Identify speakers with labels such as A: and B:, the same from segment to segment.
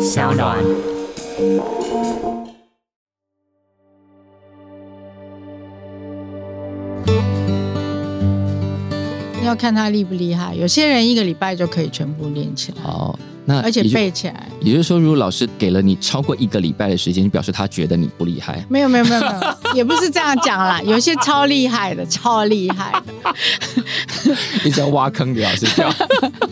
A: 小暖。
B: 要看他厉不厉害，有些人一个礼拜就可以全部练起来，
C: 哦，那
B: 而且
C: 也就
B: 背起来。
C: 也就是说，如果老师给了你超过一个礼拜的时间，就表示他觉得你不厉害。
B: 没有没有没有没 有，也不是这样讲啦，有些超厉害的，超厉害的，
C: 一直要挖坑给老师跳。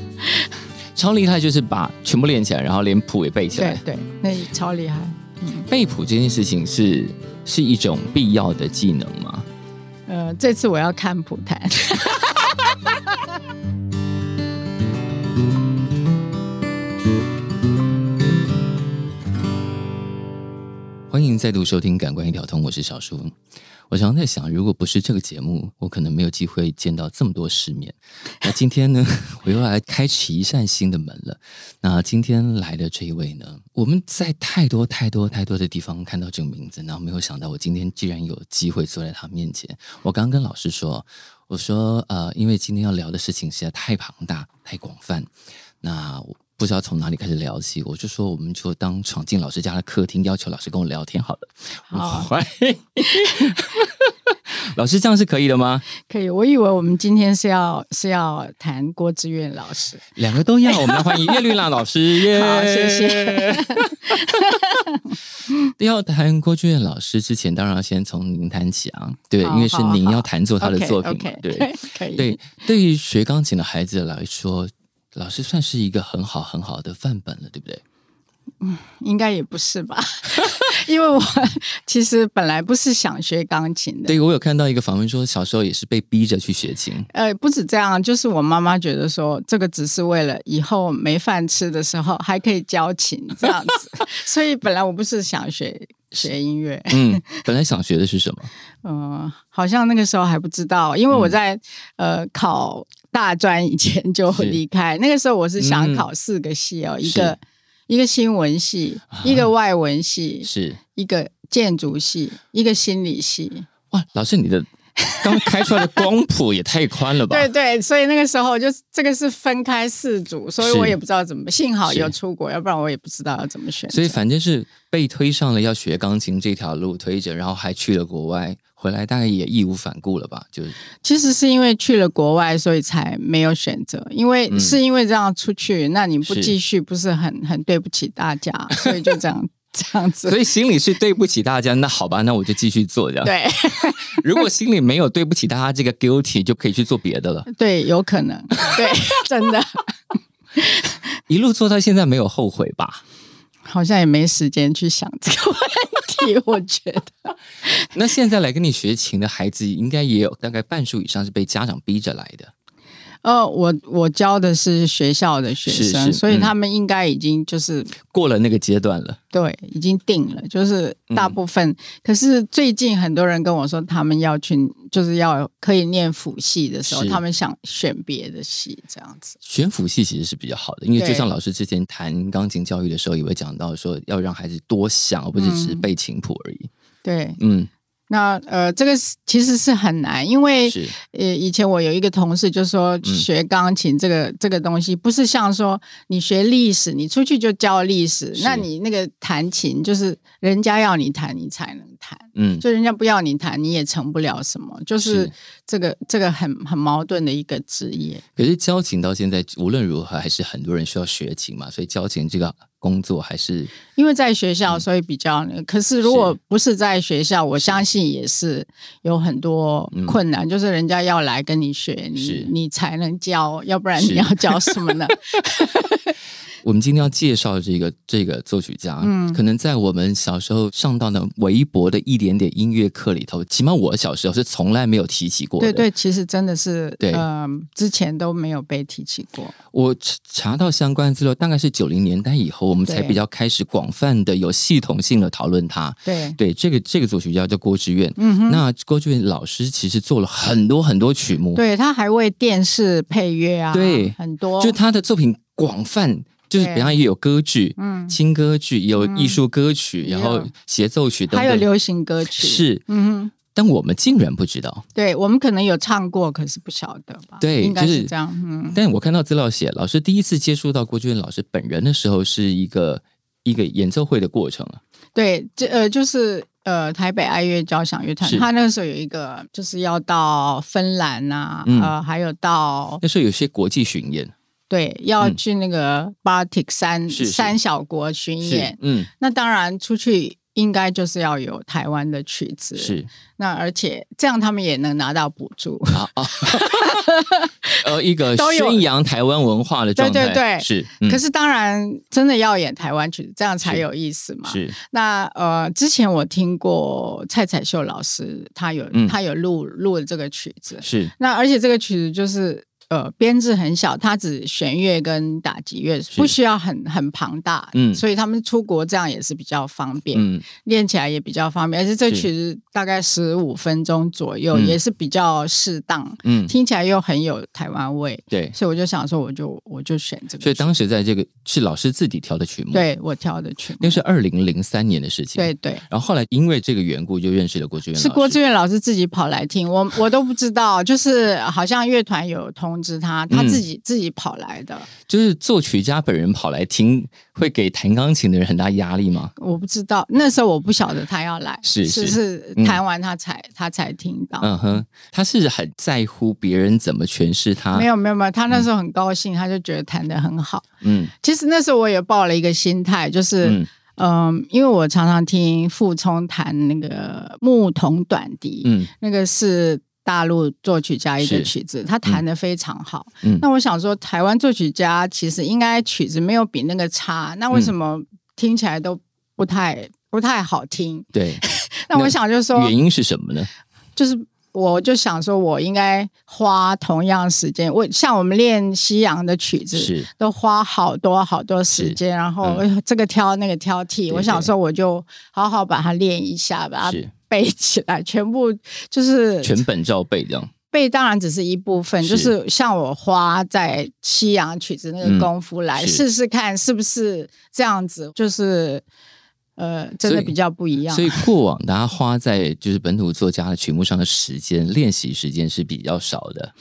C: 超厉害就是把全部练起来，然后连谱也背起
B: 对
C: 来。
B: 对，那超厉害。
C: 背谱这件事情是是一种必要的技能吗？
B: 呃，这次我要看谱弹。
C: 欢迎再度收听《感官一条通》，我是小叔。我常常在想，如果不是这个节目，我可能没有机会见到这么多世面。那今天呢，我又来开启一扇新的门了。那今天来的这一位呢，我们在太多太多太多的地方看到这个名字，然后没有想到我今天既然有机会坐在他面前。我刚刚跟老师说，我说呃，因为今天要聊的事情实在太庞大、太广泛，那我不知道从哪里开始聊起，我就说我们就当闯进老师家的客厅，要求老师跟我聊天好了。
B: 好，
C: 欢迎 老师，这样是可以的吗？
B: 可以。我以为我们今天是要是要谈郭志远老师，
C: 两个都 要，我们来欢迎叶绿娜老师，耶！
B: 好谢 谢。
C: 要谈郭俊彦老师之前，当然要先从您谈起啊，对，
B: 好
C: 因为是您
B: 好
C: 要弹奏他的
B: OK，
C: 作品嘛
B: OK，
C: 对。
B: 可以。
C: 对，对于学钢琴的孩子来说，老师算是一个很好很好的范本了，对不对？
B: 应该也不是吧， 因为我 其实本来不是想学钢琴的。
C: 对，我有看到一个访问说，小时候也是被逼着去学琴，
B: 呃，不止这样，就是我妈妈觉得说，这个只是为了以后没饭吃的时候还可以教琴这样 子，所以本来我不是想学学音乐，
C: 嗯，本来想学的是什么？
B: 嗯、好像那个时候还不知道，因为
C: 嗯
B: 我在、呃考大专以前就是离开，那个时候我是想
C: 嗯
B: 考四个系哦，一
C: 是啊
B: 个一个新闻系，一个外文系，
C: 是
B: 一个建筑系，一个心理系，
C: 哇，老师你的刚开出来的光谱也太宽了吧？
B: 对对，所以那个时候就是这个是分开四组，所以
C: 是
B: 我也不知道怎么，幸好有
C: 是
B: 出国，要不然我也不知道要怎么选择。
C: 所以反正是被推上了要学钢琴这条路，推着，然后还去了国外，回来大概也义无反顾了吧？ 就是
B: 其实是因为去了国外，所以才没有选择，因为、
C: 嗯
B: 是因为这样出去，那你不
C: 是
B: 继续不是很很对不起大家，所以就这 样这样
C: 所
B: 子。
C: 以心里是对不起大家，那好吧，那我就继续做这样。
B: 对
C: 如果心里没有对不起大家这个 guilty，就可以去做别的了。
B: 对，有可能，对， 真的
C: 一路做到现在没有后悔吧？
B: 好像也没时间去想这个问题，我觉得。
C: 那现在来跟你学琴的孩子，应该也有大概半数以上是被家长逼着来的。
B: 呃，我我教的是学校的学
C: 是
B: 生，
C: 是
B: 所以
C: 嗯
B: 他们应该已经就是
C: 过了那个阶段了，
B: 对，已经定了，就是
C: 嗯
B: 大部分。可是最近很多人跟我说，他们要去，就是要可以念辅系的时候，
C: 是
B: 他们想选别的系这样子。
C: 选辅系其实是比较好的，因为
B: 对
C: 就像老师之前谈钢琴教育的时候，也会讲到说要让孩子多想，而不是只
B: 嗯
C: 是背琴谱而已。
B: 对，
C: 嗯，
B: 那呃，这个是其实是很难，因为
C: 是嗯
B: 呃，以前我有一个同事就说，学钢琴这个、这个东西，不是像说你学历史，你出去就教历史，
C: 是
B: 那你那个弹琴就是人家要你弹，你才能弹。
C: 嗯，
B: 就人家不要你弹，你也成不了什么，就是
C: 是
B: 这个这个很很矛盾的一个职业。
C: 可是教琴到现在无论如何还是很多人需要学琴嘛，所以教琴这个工作还是
B: 因为在学校，所以比较那个。可是如果
C: 嗯是
B: 不是在学校，我相信也是有很多
C: 嗯
B: 困难，就是人家要来跟你学，你
C: 是
B: 你才能教，要不然你
C: 是
B: 要教什 么呢？
C: 我们今天要介绍这个这个作曲家，
B: 嗯
C: 可能在我们小时候上到的微薄的一点点音乐课里头，起码我小时候是从来没有提起过
B: 对
C: 的。
B: 对，其实真的是，
C: 对
B: 嗯、之前都没有被提起过。
C: 我查查到相关资料，大概是九零年代以后，我们才
B: 对
C: 比较开始广泛的有系统性的讨论它。
B: 对，
C: 对，这个这个作曲家叫郭志远，
B: 嗯哼，
C: 那郭志远老师其实做了很多很多曲目，
B: 对他还为电视配乐啊，
C: 对
B: 很多，
C: 就他的作品广泛，就是
B: 对
C: 比方也有歌剧、
B: 嗯，
C: 轻歌剧，也有艺术歌曲，
B: 也有
C: 然后协奏曲等等，
B: 还有流行歌曲，，
C: 是。
B: 嗯哼。
C: 但我们竟然不知道，
B: 对我们可能有唱过，可是不晓得吧？
C: 对
B: 应该
C: 就是
B: 是这样。嗯，
C: 但我看到资料写，老师第一次接触到郭俊老师本人的时候，是一个一个演奏会的过程啊。
B: 对，这呃就是呃台北爱乐交响乐团
C: 是，
B: 他那个时候有一个就是要到芬兰呐、
C: 嗯
B: 呃还有到
C: 那时候有些国际巡演，
B: 对要
C: 嗯
B: 去那个 Baltic 三、
C: 是是
B: 三小国巡
C: 是
B: 演，
C: 嗯
B: 那当然出去。应该就是要有台湾的曲子，
C: 是
B: 那而且这样他们也能拿到补助，
C: 啊啊，呃，一个
B: 都有
C: 宣扬台湾文化的状态，
B: 对对对
C: 是，嗯
B: 可是当然真的要演台湾曲子，这样才
C: 是
B: 有意思嘛。
C: 是
B: 那呃，之前我听过蔡彩秀老师，他有、
C: 嗯
B: 他有录录这个曲子，
C: 是
B: 那而且这个曲子就是呃编制很小，它只弦乐跟打击乐，不需要很很庞大，
C: 嗯
B: 所以他们出国这样也是比较方便，
C: 嗯
B: 练起来也比较方便，而且这
C: 是
B: 曲子大概十五分钟左右，
C: 嗯
B: 也是比较适当，
C: 嗯，
B: 听起来又很有台湾味，
C: 对。
B: 所以我就想说，我就我就选这个曲，
C: 所以当时在这个是老师自己挑的曲目，，
B: 对我挑的曲目，
C: 那是二零零三年的事情，
B: 对。对。
C: 然后后来因为这个缘故，就认识了郭志远老
B: 是
C: 师。
B: 郭志远老师自己跑来听，我我都不知道，就是好像乐团有通知他，他
C: 嗯
B: 自己、自己跑来的，
C: 就是作曲家本人跑来听，会给弹钢琴的人很大压力吗？
B: 我不知道，那时候我不晓得他要来，
C: 是
B: 是
C: 嗯
B: 弹完他才、他才听到。
C: 嗯哼，他是很在乎别人怎么诠释他。
B: 没有没有没有，他那时候很高兴，他就觉得弹得很好。
C: 嗯
B: 其实那时候我也抱了一个心态，就是
C: 嗯
B: 嗯、因为我常常听傅聪弹那个牧童短笛，
C: 嗯
B: 那个是大陆作曲家一个
C: 是
B: 曲子，他弹得非常好。
C: 嗯
B: 那我想说，台湾作曲家其实应该曲子没有比那个差，那
C: 嗯
B: 为什么听起来都不太不太好听？
C: 对，
B: 那
C: 那
B: 我想就是说，
C: 原因是什么呢？
B: 就是我就想说，我应该花同样时间，我像我们练西洋的曲子，
C: 是
B: 都花好多好多时间，然后、
C: 嗯
B: 哎这个挑那个挑剔。
C: 对
B: 我想说，我就好好把它练一下，把它
C: 是
B: 背起来，全部就是
C: 全本照背这样。
B: 背，当然只是一部分，
C: 是
B: 就是像我花在西洋曲子那
C: 嗯
B: 个功夫来、
C: 是
B: 试试看，是不是这样子，就是。呃，真
C: 所
B: 的
C: 以
B: 比较不一样
C: 所。以过往大家花在就是本土作家的曲目上的时间练习时间是比较少的，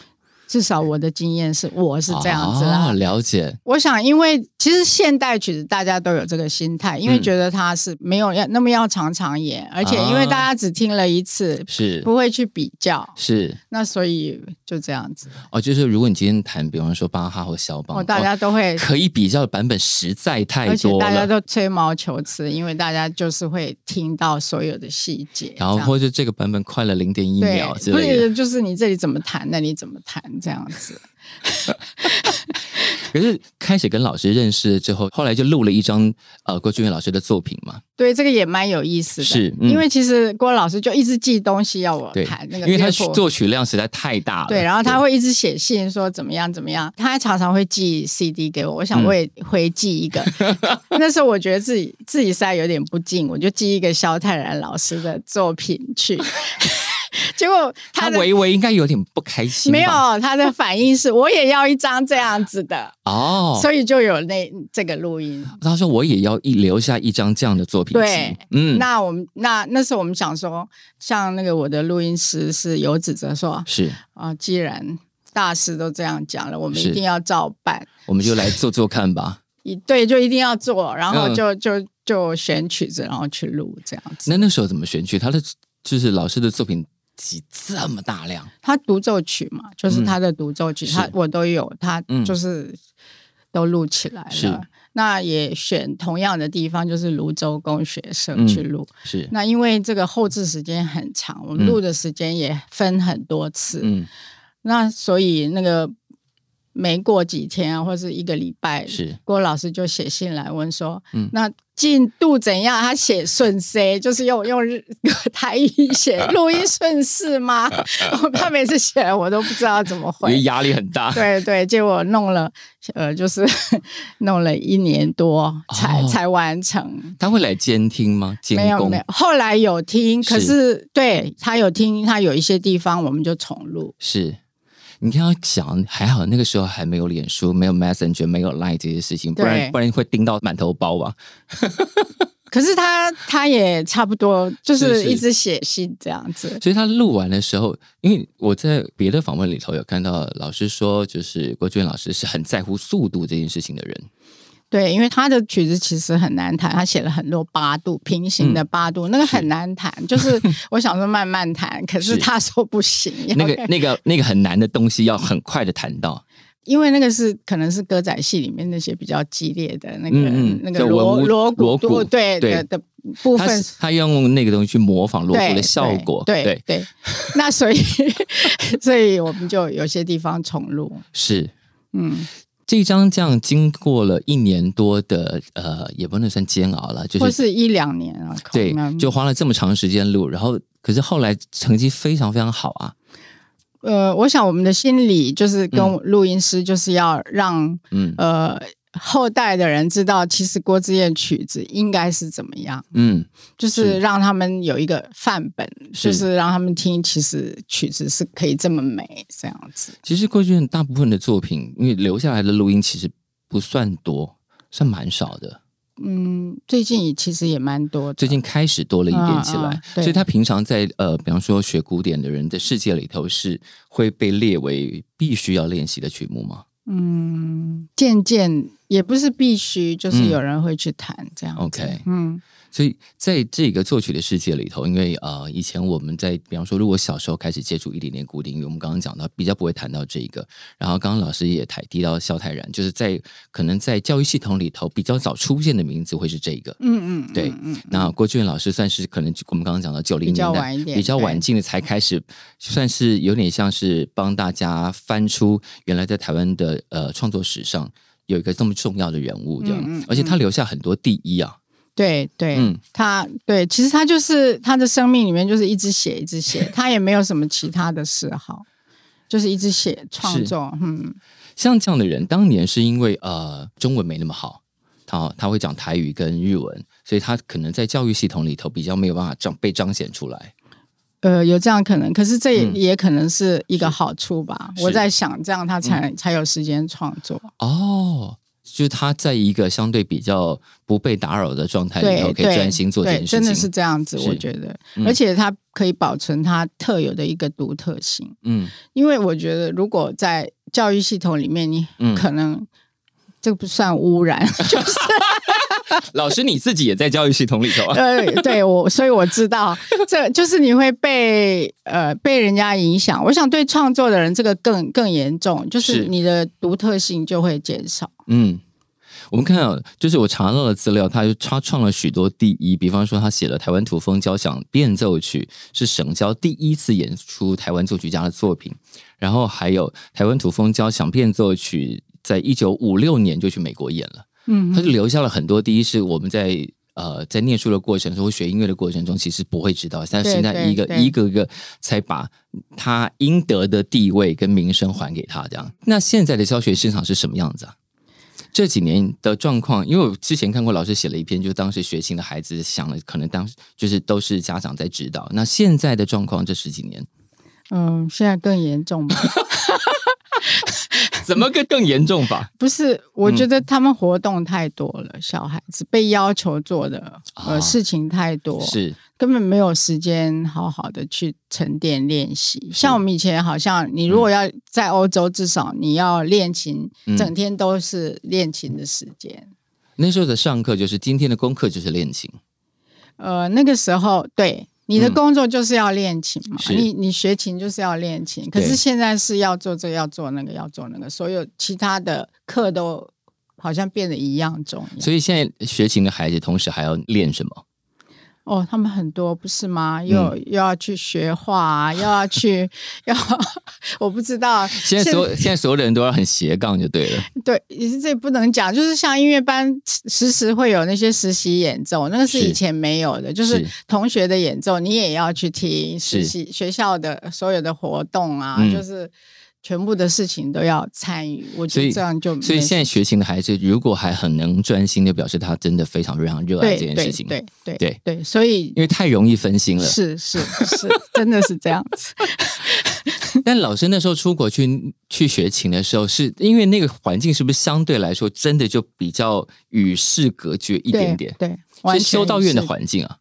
B: 至少我的经验是，我是这样子啦。
C: 哦，了解。
B: 我想，因为其实现代曲子大家都有这个心态，因为
C: 嗯
B: 觉得它是没有要那么要常常演，而且
C: 啊
B: 因为大家只听了一次，
C: 是
B: 不会去比较，
C: 是
B: 那所以就这样子，
C: 哦，就是如果你今天弹，比方说巴哈或肖邦，
B: 哦，大家都会，
C: 可以比较的版本实在太
B: 而且
C: 多
B: 大家
C: 了。
B: 都吹毛求疵，因为大家就是会听到所有的细节，
C: 然后
B: 这样
C: 或者这个版本快了零点一
B: 对
C: 秒，之
B: 不
C: 类的。
B: 是就是你这里怎么弹，那里怎么弹，这样子，
C: 可是开始跟老师认识了之后，后来就录了一张呃郭俊远老师的作品嘛，
B: 对，这个也蛮有意思的，
C: 是嗯
B: 因为其实郭老师就一直寄东西要我
C: 对
B: 弹，哦那个
C: 因为他
B: 乐谱
C: 作曲量实在太大了，
B: 对，然后他会一直写信说怎么样怎么样，他还常常会寄 CD 给我，我
C: 嗯
B: 想我也回寄一 个。那时候我觉得自己自己实在有点不敬，我就寄一个萧泰然老师的作品 去，结果
C: 他
B: 他的。
C: 微微应该有点不开心吧，
B: 没有，他的反应是我也要一张这样子的，
C: 哦，
B: 所以就有那这个录音。
C: 他说我也要一留下一张这样的作品集，
B: 对
C: 嗯，
B: 那我们那那时候我们想说，像那个我的录音师是游子哲说
C: 是，
B: 啊，既然大师都这样讲了，我们
C: 是
B: 一定要照办。
C: 我们就来做做 看吧。
B: 一对就一定要做，然后
C: 嗯
B: 就、就就选曲子，然后去录这样子。
C: 那那时候怎么选取他的就是老师的作品集这么大量，
B: 他独奏曲嘛，就是他的独奏曲，
C: 嗯是
B: 他我都有，他
C: 嗯
B: 就是都录起来了。
C: 是
B: 那也选同样的地方，就是泸州工学社
C: 嗯
B: 去录。
C: 是，
B: 那因为这个后置时间很长，我们
C: 嗯
B: 录的时间也分很多次，
C: 嗯，
B: 那所以那个没过几天啊，或是一个礼拜，
C: 是
B: 郭老师就写信来问说，
C: 嗯
B: 那进度怎样？他写顺 C，就是用用日台语写录音顺势吗？我他每次写来我都不知道怎么
C: 因为
B: 回。
C: 压力很大，
B: 对对，结果弄了，呃，就是 弄了一年多才、
C: 哦
B: 才完成。
C: 他会来监听吗？
B: 没
C: 监
B: 有
C: 工
B: 没有，后来有听，可
C: 是
B: 是对他有听，他有一些地方我们就重录。
C: 是，你看要想还好那个时候还没有脸书，没有 Messenger，没有 Line 这些事情，不然
B: 对
C: 不然会盯到满头包吧。
B: 可是他他也差不多，就是是
C: 是
B: 一直写信这样子。
C: 所以他录完的时候，因为我在别的访问里 头有看到老师说，就是郭俊老师是很在乎速度这件事情的人，
B: 对，因为他的曲子其实很难弹，他写了很多八度平行
C: 嗯
B: 的八度，那个很难弹。 就是我想说慢慢弹，可是
C: 是
B: 他说不行，要
C: 那个那个那个很难的东西要很快的谈到，
B: 因为那个是可能是歌仔戏里面那些比较激烈的那个、
C: 嗯嗯
B: 那个
C: 叫文
B: 锣
C: 武
B: 锣
C: 锣
B: 鼓
C: 鼓
B: 对
C: 对
B: 的的部
C: 他
B: 分
C: 是他用那个东西去模仿锣
B: 对
C: 鼓的效果，
B: 对对 对那所以 所以我们就有些地方重录，
C: 是。
B: 嗯，
C: 这一张这样经过了一年多的呃，也不能算煎熬了，就
B: 或
C: 是
B: 是一两年啊，可
C: 对，
B: 能
C: 就花了这么长时间录，然后可是后来成绩非常非常好啊，
B: 呃，我想我们的心理就是跟录音师就是要让、
C: 嗯
B: 呃后代的人知道，其实郭志燕曲子应该是怎么样，
C: 嗯，
B: 就是
C: 是
B: 让他们有一个范本，
C: 是
B: 就是让他们听，其实曲子是可以这么美这样子。
C: 其实郭俊彦大部分的作品，因为留下来的录音其实不算多，算蛮少的。
B: 嗯，最近其实也蛮多的，
C: 最近开始多了一点起来，
B: 嗯嗯对
C: 所以他平常在呃，比方说学古典的人的世界里头是会被列为必须要练习的曲目吗
B: 嗯，渐渐也不是必须，就是有人会去弹这样子。
C: 嗯？OK，
B: 嗯，
C: 所以在这个作曲的世界里头，因为呃，以前我们在比方说，如果小时候开始接触一点点古典音乐，我们刚刚讲到比较不会谈到这个，然后刚刚老师也提提到萧泰然，就是在可能在教育系统里头比较早出现的名字会是这个。
B: 嗯嗯，
C: 对
B: 嗯嗯，
C: 那郭俊老师算是可能我们刚刚讲到九零
B: 比较
C: 年代
B: 晚一点
C: 比较
B: 对
C: 晚进的才开始，算是有点像是帮大家翻出原来在台湾的呃创作史上有一个这么重要的人物这样，
B: 嗯嗯
C: 而且他留下很多第一啊，
B: 对对，
C: 嗯
B: 他对，其实他就是他的生命里面就是一直写，一直写，他也没有什么其他的嗜 好，就是一直写创
C: 是
B: 作。嗯，
C: 像这样的人，当年是因为呃中文没那么好，他他会讲台语跟日文，所以他可能在教育系统里头比较没有办法彰被彰显出来。
B: 呃，有这样可能，可是这也、
C: 嗯
B: 也可能是一个好处吧。
C: 是嗯
B: 我在想，这样他才、才有时间创作。
C: 哦，就是他在一个相对比较不被打扰的状态里头，
B: 对
C: 可以哎专
B: 对
C: 心做这件
B: 对，
C: 事情。
B: 真的是这样子，
C: 是
B: 我觉得，
C: 嗯
B: 而且他可以保存他特有的一个独特性。
C: 嗯
B: 因为我觉得，如果在教育系统里面，你
C: 嗯
B: 可能、这不算污染， 就是
C: 老师你自己也在教育系统里头啊？
B: 呃，对我，所以我知道，这就是你会被呃被人家影响。我想对创作的人，这个更更严重，就是
C: 是
B: 你的独特性就会减少。
C: 嗯。我们看到，就是我查到的资料，他就他创了许多第一，比方说他写了台湾土风交响变奏曲，是省交第一次演出台湾作曲家的作品，然后还有台湾土风交响变奏曲，在一九五六年就去美国演了。
B: 嗯
C: 他就留下了很多。第一是我们在呃在念书的过程中，学音乐的过程中，其实不会知道，但是
B: 对
C: 现在一个
B: 对对
C: 一个一个才把他应得的地位跟名声还给他。这样，那现在的教学市场是什么样子啊？这几年的状况，因为我之前看过老师写了一篇，就当时学琴的孩子想了，可能当时就是都是家长在指导。那现在的状况，这十几年
B: 嗯，现在更严重吧？
C: 怎么个更严重法？
B: 不是，我
C: 嗯
B: 觉得他们活动太多了，小孩子被要求做的呃、
C: 啊
B: 事情太多，
C: 是，
B: 根本没有时间好好的去沉淀练习。像我们以前好像，你如果要在欧洲，至少你要练琴，
C: 嗯
B: 整天都是练琴的时间。
C: 那时候的上课就是今天的功课就是练琴，
B: 呃，那个时候对。你的
C: 嗯
B: 工作就是要练琴嘛，
C: 是
B: 你你学琴就是要练琴，可
C: 对
B: 是现在是要做这要做那个要做那个，所有其他的课都好像变得一样重要。
C: 所以现在学琴的孩子同时还要练什么？
B: 哦，他们很多不是吗？又、
C: 嗯
B: 又要去学画、啊，又要去， 要我不知道。
C: 现在所有现在所有的人都要很斜杠就对了，
B: 对，也是这不能讲，就是像音乐班时时会有那些实习演奏，那个是
C: 是
B: 以前没有的，就是
C: 是
B: 同学的演奏，你也要去听实
C: 是
B: 习学校的所有的活动啊，
C: 嗯
B: 就是全部的事情都要参与。我觉
C: 所
B: 得
C: 以
B: 这样就没
C: 所以现在学琴的孩子如果还很能专心的，表示他真的非常非常热爱
B: 对
C: 这件
B: 对
C: 事情，
B: 对对
C: 对
B: 对，所以
C: 因为太容易分心了。
B: 是是是，真的是这样子。
C: 但老师那时候出国去去学琴的时候是，因为那个环境是不是相对来说真的就比较与世隔绝 一
B: 对
C: 点点？
B: 对，完
C: 是
B: 全
C: 修道院的
B: 是
C: 环境啊，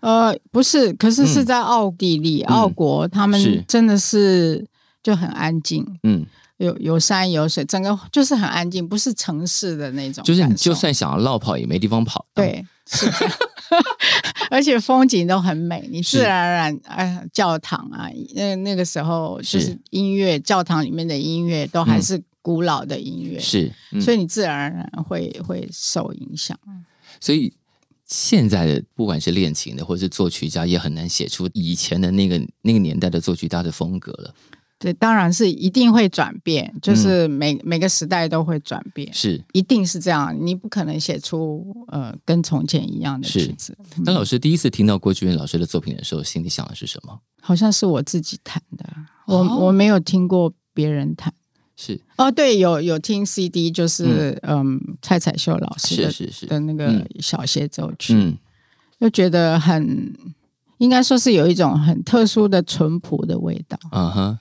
B: 呃，不是，可是是
C: 嗯
B: 在奥地利、奥国，他
C: 是
B: 们真的是就很安静，
C: 嗯，
B: 有有山有水，整个就是很安静，不是城市的那种感受。
C: 就是你就算想要绕跑也没地方跑。，
B: 对，是这样 而且风景都很美，你自
C: 是
B: 然而然，哎，教堂啊，那那个时候就是是音乐，教堂里面的音乐都还是古老的音乐，
C: 嗯是，嗯、
B: 所以你自然而然会会受影响。
C: 所以现在的不管是练琴的，或者是作曲家，也很难写出以前的那个那个年代的作曲家的风格了。
B: 对，当然是一定会转变，就是每、每个时代都会转变，
C: 嗯是，
B: 一定是这样，你不可能写出呃跟从前一样的
C: 是
B: 曲子。
C: 当老师第一次听到郭志远老师的作品的时候，心里想的是什么？
B: 好像是我自己弹的，我、
C: 哦
B: 我没有听过别人弹。
C: 是
B: 哦，对，有有听 CD，就是嗯蔡彩秀老师
C: 是
B: 的
C: 是是，
B: 的那个
C: 嗯
B: 小协奏曲，
C: 嗯，
B: 就觉得很，应该说是有一种很特殊的淳朴的味道。
C: 啊哈。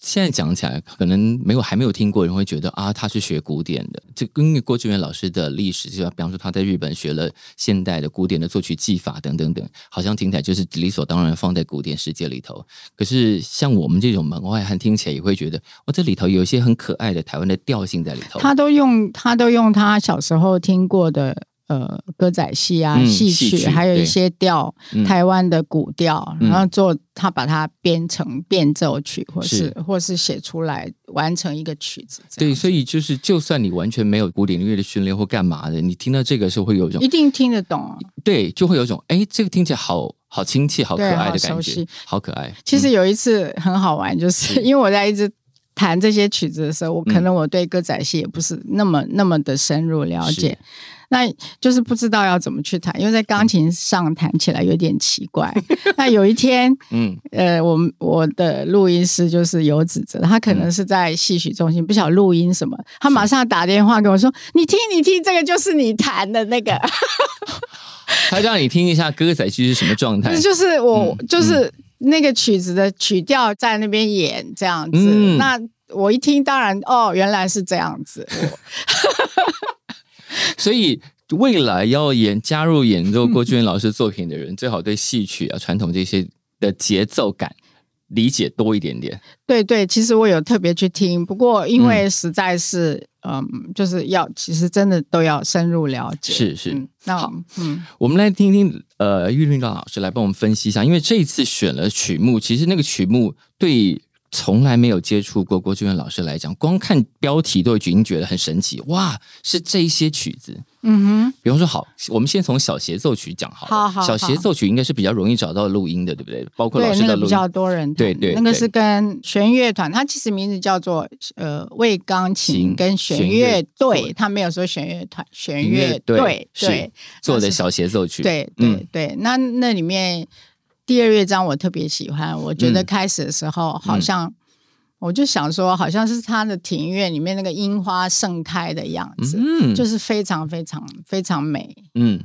C: 现在讲起来，可能没有还没有听过人会觉得啊，他是学古典的。这因为郭志远老师的历史，就比方说他在日本学了现代的古典的作曲技法等等等，好像听起来就是理所当然放在古典世界里头。可是像我们这种门外汉，听起来也会觉得，哦，这里头有一些很可爱的台湾的调性在里头。
B: 他都用他都用他小时候听过的呃歌仔戏啊、
C: 嗯
B: 戏
C: 戏
B: 曲，
C: 曲
B: 还有一
C: 对
B: 些调，
C: 嗯
B: 台湾的古调，
C: 嗯
B: 然后做他把它编成变奏曲，或是
C: 是
B: 或是写出来完成一个曲子这样。
C: 对，所以就是，就算你完全没有古典音乐的训练或干嘛的，你听到这个时候会有一种
B: 一定听得懂、啊。
C: 对，就会有一种哎，这个听起来好好亲切、好可
B: 对
C: 爱
B: 好
C: 的
B: 熟
C: 感觉
B: 悉，
C: 好可爱。
B: 其实
C: 嗯
B: 有一次很好玩，就是
C: 是
B: 因为我在一直弹这些曲子的时候，我可能我对歌仔戏也不是那么那么的深入了解
C: 是，
B: 那就是不知道要怎么去弹，因为在钢琴上弹起来有点奇怪。那有一天，
C: 嗯，
B: 呃，我们我的录音师就是游子哲，他可能是在戏曲中心，不晓得录音什么，他马上打电话跟我说：“你听，你听，这个就是你弹的那个。”
C: 他让你听一下歌仔戏是什么状态
B: 那。就是我、
C: 嗯
B: 就是那个曲子的曲调在那边演这样子，
C: 嗯
B: 那我一听当然哦，原来是这样 子，
C: 所以未来要演加入演奏郭俊元老师作品的人，最好对戏曲啊、传统这些的节奏感理解多一点点。
B: 对对，其实我有特别去听，不过因为实在是。嗯，就是要，其实真的都要深入了解。
C: 是是
B: 嗯、那
C: 好
B: 嗯，
C: 我们来听听呃玉律老师来帮我们分析一下，因为这一次选了曲目，其实那个曲目对。从来没有接触过郭俊元老师来讲，光看标题都已经觉得很神奇哇！是这一些曲子，
B: 嗯哼，
C: 比方说，好，我们先从小协奏曲讲好了。
B: 好好
C: 小协奏曲应该是比较容易找到录音的，对不对？包括老
B: 对，
C: 师
B: 那
C: 的
B: 个比
C: 录音。
B: 较多人弹
C: 对对
B: 那个
C: 对
B: 是跟弦乐团，它其实名字叫做呃为钢琴
C: 琴
B: 跟
C: 弦
B: 弦
C: 乐
B: 乐队
C: 队，
B: 它没有说弦乐团，弦
C: 音乐
B: 乐
C: 队
B: 队
C: 是
B: 对，
C: 做的
B: 是
C: 小协奏曲，
B: 对对、
C: 嗯
B: 对，那那里面第二乐章我特别喜欢，我
C: 嗯
B: 觉得开始的时候好像、我就想说，好像是他的庭院里面那个樱花盛开的样子，
C: 嗯，
B: 就是是非常非常非常美。
C: 嗯，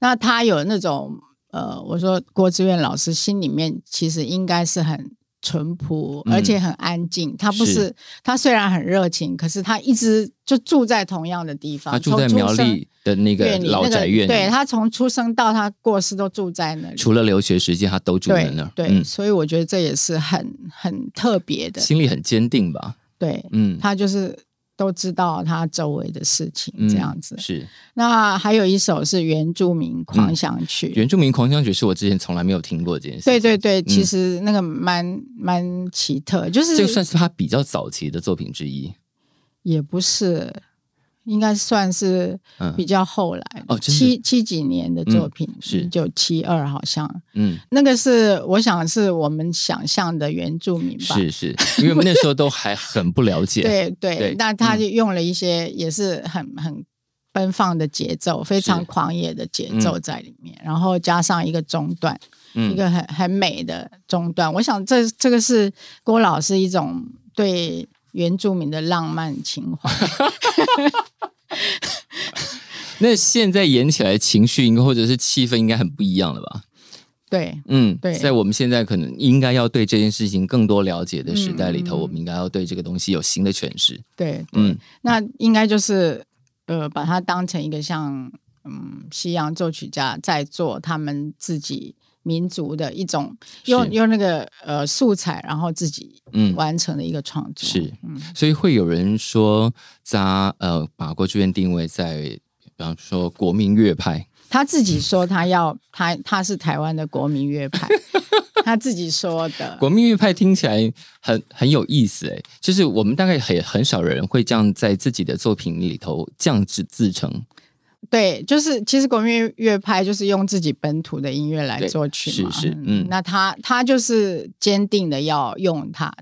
B: 那他有那种呃，我说郭志远老师心里面其实应该是很。淳朴，
C: 嗯
B: 而且很安静。他不是
C: 是
B: 他虽然很热情，可是他一直就住在同样的地方。
C: 他住在
B: 啊从出
C: 苗
B: 生
C: 栗的那个
B: 院里
C: 老宅
B: 那个、
C: 院里，
B: 对他从出生到他过世都住在那里，
C: 除了留学时间，他都住在
B: 对
C: 那儿，
B: 对、
C: 嗯，
B: 所以我觉得这也是很很特别的，
C: 心里很坚定吧，
B: 对、
C: 嗯，
B: 他就是都知道他周围的事情、
C: 嗯
B: 这样子。
C: 是
B: 那还有一首是原住民狂想曲。
C: 嗯原住民狂想曲，是我之前从来没有听过这件事，
B: 对，对对，其实那个蛮蛮奇特，就是
C: 这个算是他比较早期的作品之一，
B: 也不是，应该算是
C: 嗯
B: 比较后来的、
C: 哦真的
B: 七七几年的作
C: 嗯
B: 品，
C: 是
B: 一九七二好像。
C: 嗯，
B: 那个是我想是我们想象的原住民吧。
C: 是是，因为我们那时候都还很不了 解，
B: 对对
C: 对嗯
B: 那他就用了一些也是很很奔放的节奏，非常狂野的节奏在里面，然后加上一个中段，一
C: 嗯，
B: 个很很美的中段。我想这这个是郭老师一种对原住民的浪漫情怀。
C: 那现在演起来情绪应该或者是气氛应该很不一样了吧？
B: 对
C: 嗯，
B: 对
C: 在我们现在可能应该要对这件事情更多了解的时代里
B: 嗯
C: 头，
B: 嗯嗯
C: 我们应该要对这个东西有新的诠释。
B: 对，
C: 嗯，
B: 那应该就是呃，把它当成一个像嗯西洋作曲家在做他们自己民族的一种，
C: 是
B: 用用那个呃素材，然后自己
C: 嗯
B: 完成的一个创作。
C: 是
B: 嗯，
C: 所以会有人说，扎呃把国剧院定位在，比方说国民乐派，
B: 他自己说他要他他是台湾的国民乐派， 他自己说的。
C: 国民乐派听起来很很有意思诶，就是我们大概很很少人会这样在自己的作品里头这样子自称，
B: 对，就是其实国民乐派就是用自己本土的音乐来
C: 对
B: 作曲嘛。
C: 是是嗯
B: 那他他就是坚定的要用他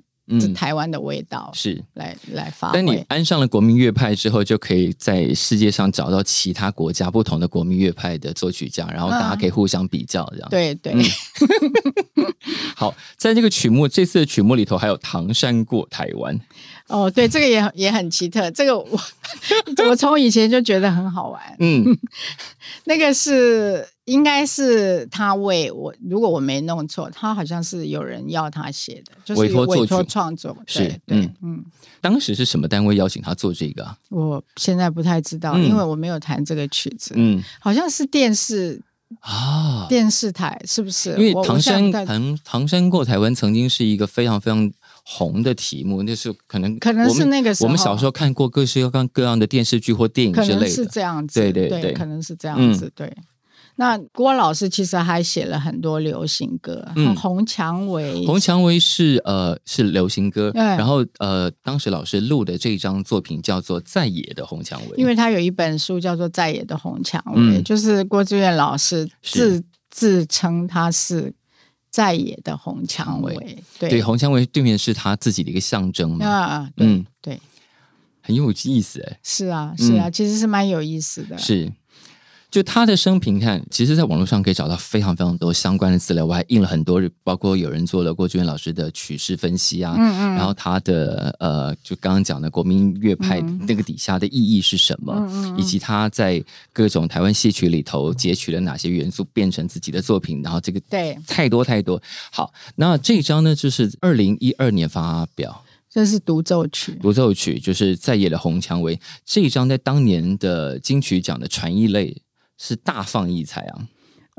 B: 这
C: 嗯，
B: 台湾的味道
C: 是。
B: 来、来发
C: 但你
B: 挥。
C: 安上了国民乐派之后，就可以在世界上找到其他国家不同的国民乐派的作曲家，然后大家
B: 啊
C: 可以互相比较，这样。
B: 对对，
C: 嗯好，在这个曲目这次的曲目里头，还有《唐山过台湾》，
B: 哦，对，这个也很也很奇特。这个我我从以前就觉得很好玩。
C: 嗯
B: 那个是应该是他为我，如果我没弄错，他好像是有人要他写的，就是
C: 委托
B: 有
C: 作
B: 委托
C: 曲
B: 创作。
C: 是
B: 对对
C: 嗯，
B: 嗯，
C: 当时是什么单位邀请他做这个啊？
B: 我现在不太知道，
C: 嗯
B: 因为我没有弹这个曲子，
C: 嗯
B: 好像是电视
C: 啊，
B: 电视台是不是？
C: 因为
B: 我
C: 唐
B: 我现在
C: 山
B: 不太
C: 唐唐山过台湾曾经是一个非常非常红的题目，那是可能
B: 可能
C: 我们
B: 是那个时候
C: 我们小时候看过各式各样各样的电视剧或电影
B: 可
C: 之
B: 能
C: 类
B: 是
C: 的，
B: 这样子，
C: 对对对
B: 可能是这样
C: 嗯
B: 子，对。那郭老师其实还写了很多流行歌，
C: 嗯
B: 红蔷薇》
C: 红蔷薇是呃是流行歌，
B: 对
C: 然后呃当时老师录的这张作品叫做《在野的红蔷薇》，
B: 因为他有一本书叫做《在野的红蔷薇》，
C: 嗯
B: 就是郭志远老师
C: 是
B: 自自称他是在野的红蔷
C: 蔷
B: 薇，对
C: 对红蔷薇对面是他自己的一个象征嘛，
B: 啊，对、
C: 嗯，
B: 对，
C: 很有意思哎、
B: 是啊，是啊，其实是蛮有意思的，
C: 是。就他的生平看，其实，在网络上可以找到非常非常多相关的资料。我还印了很多，包括有人做了郭志远老师的曲式分析啊，
B: 嗯嗯
C: 然后他的呃，就刚刚讲的国民乐派
B: 嗯
C: 那个底下的意义是什么，
B: 嗯嗯嗯
C: 以及他在各种台湾戏曲里头截取了哪些元素，变成自己的作品。然后这个
B: 对，
C: 太多太多。好，那这一张呢，就是二零一二年发表，
B: 这是独奏曲，
C: 独奏曲就是《在野的红蔷薇》这一张，在当年的金曲奖的传艺类是大放异彩啊。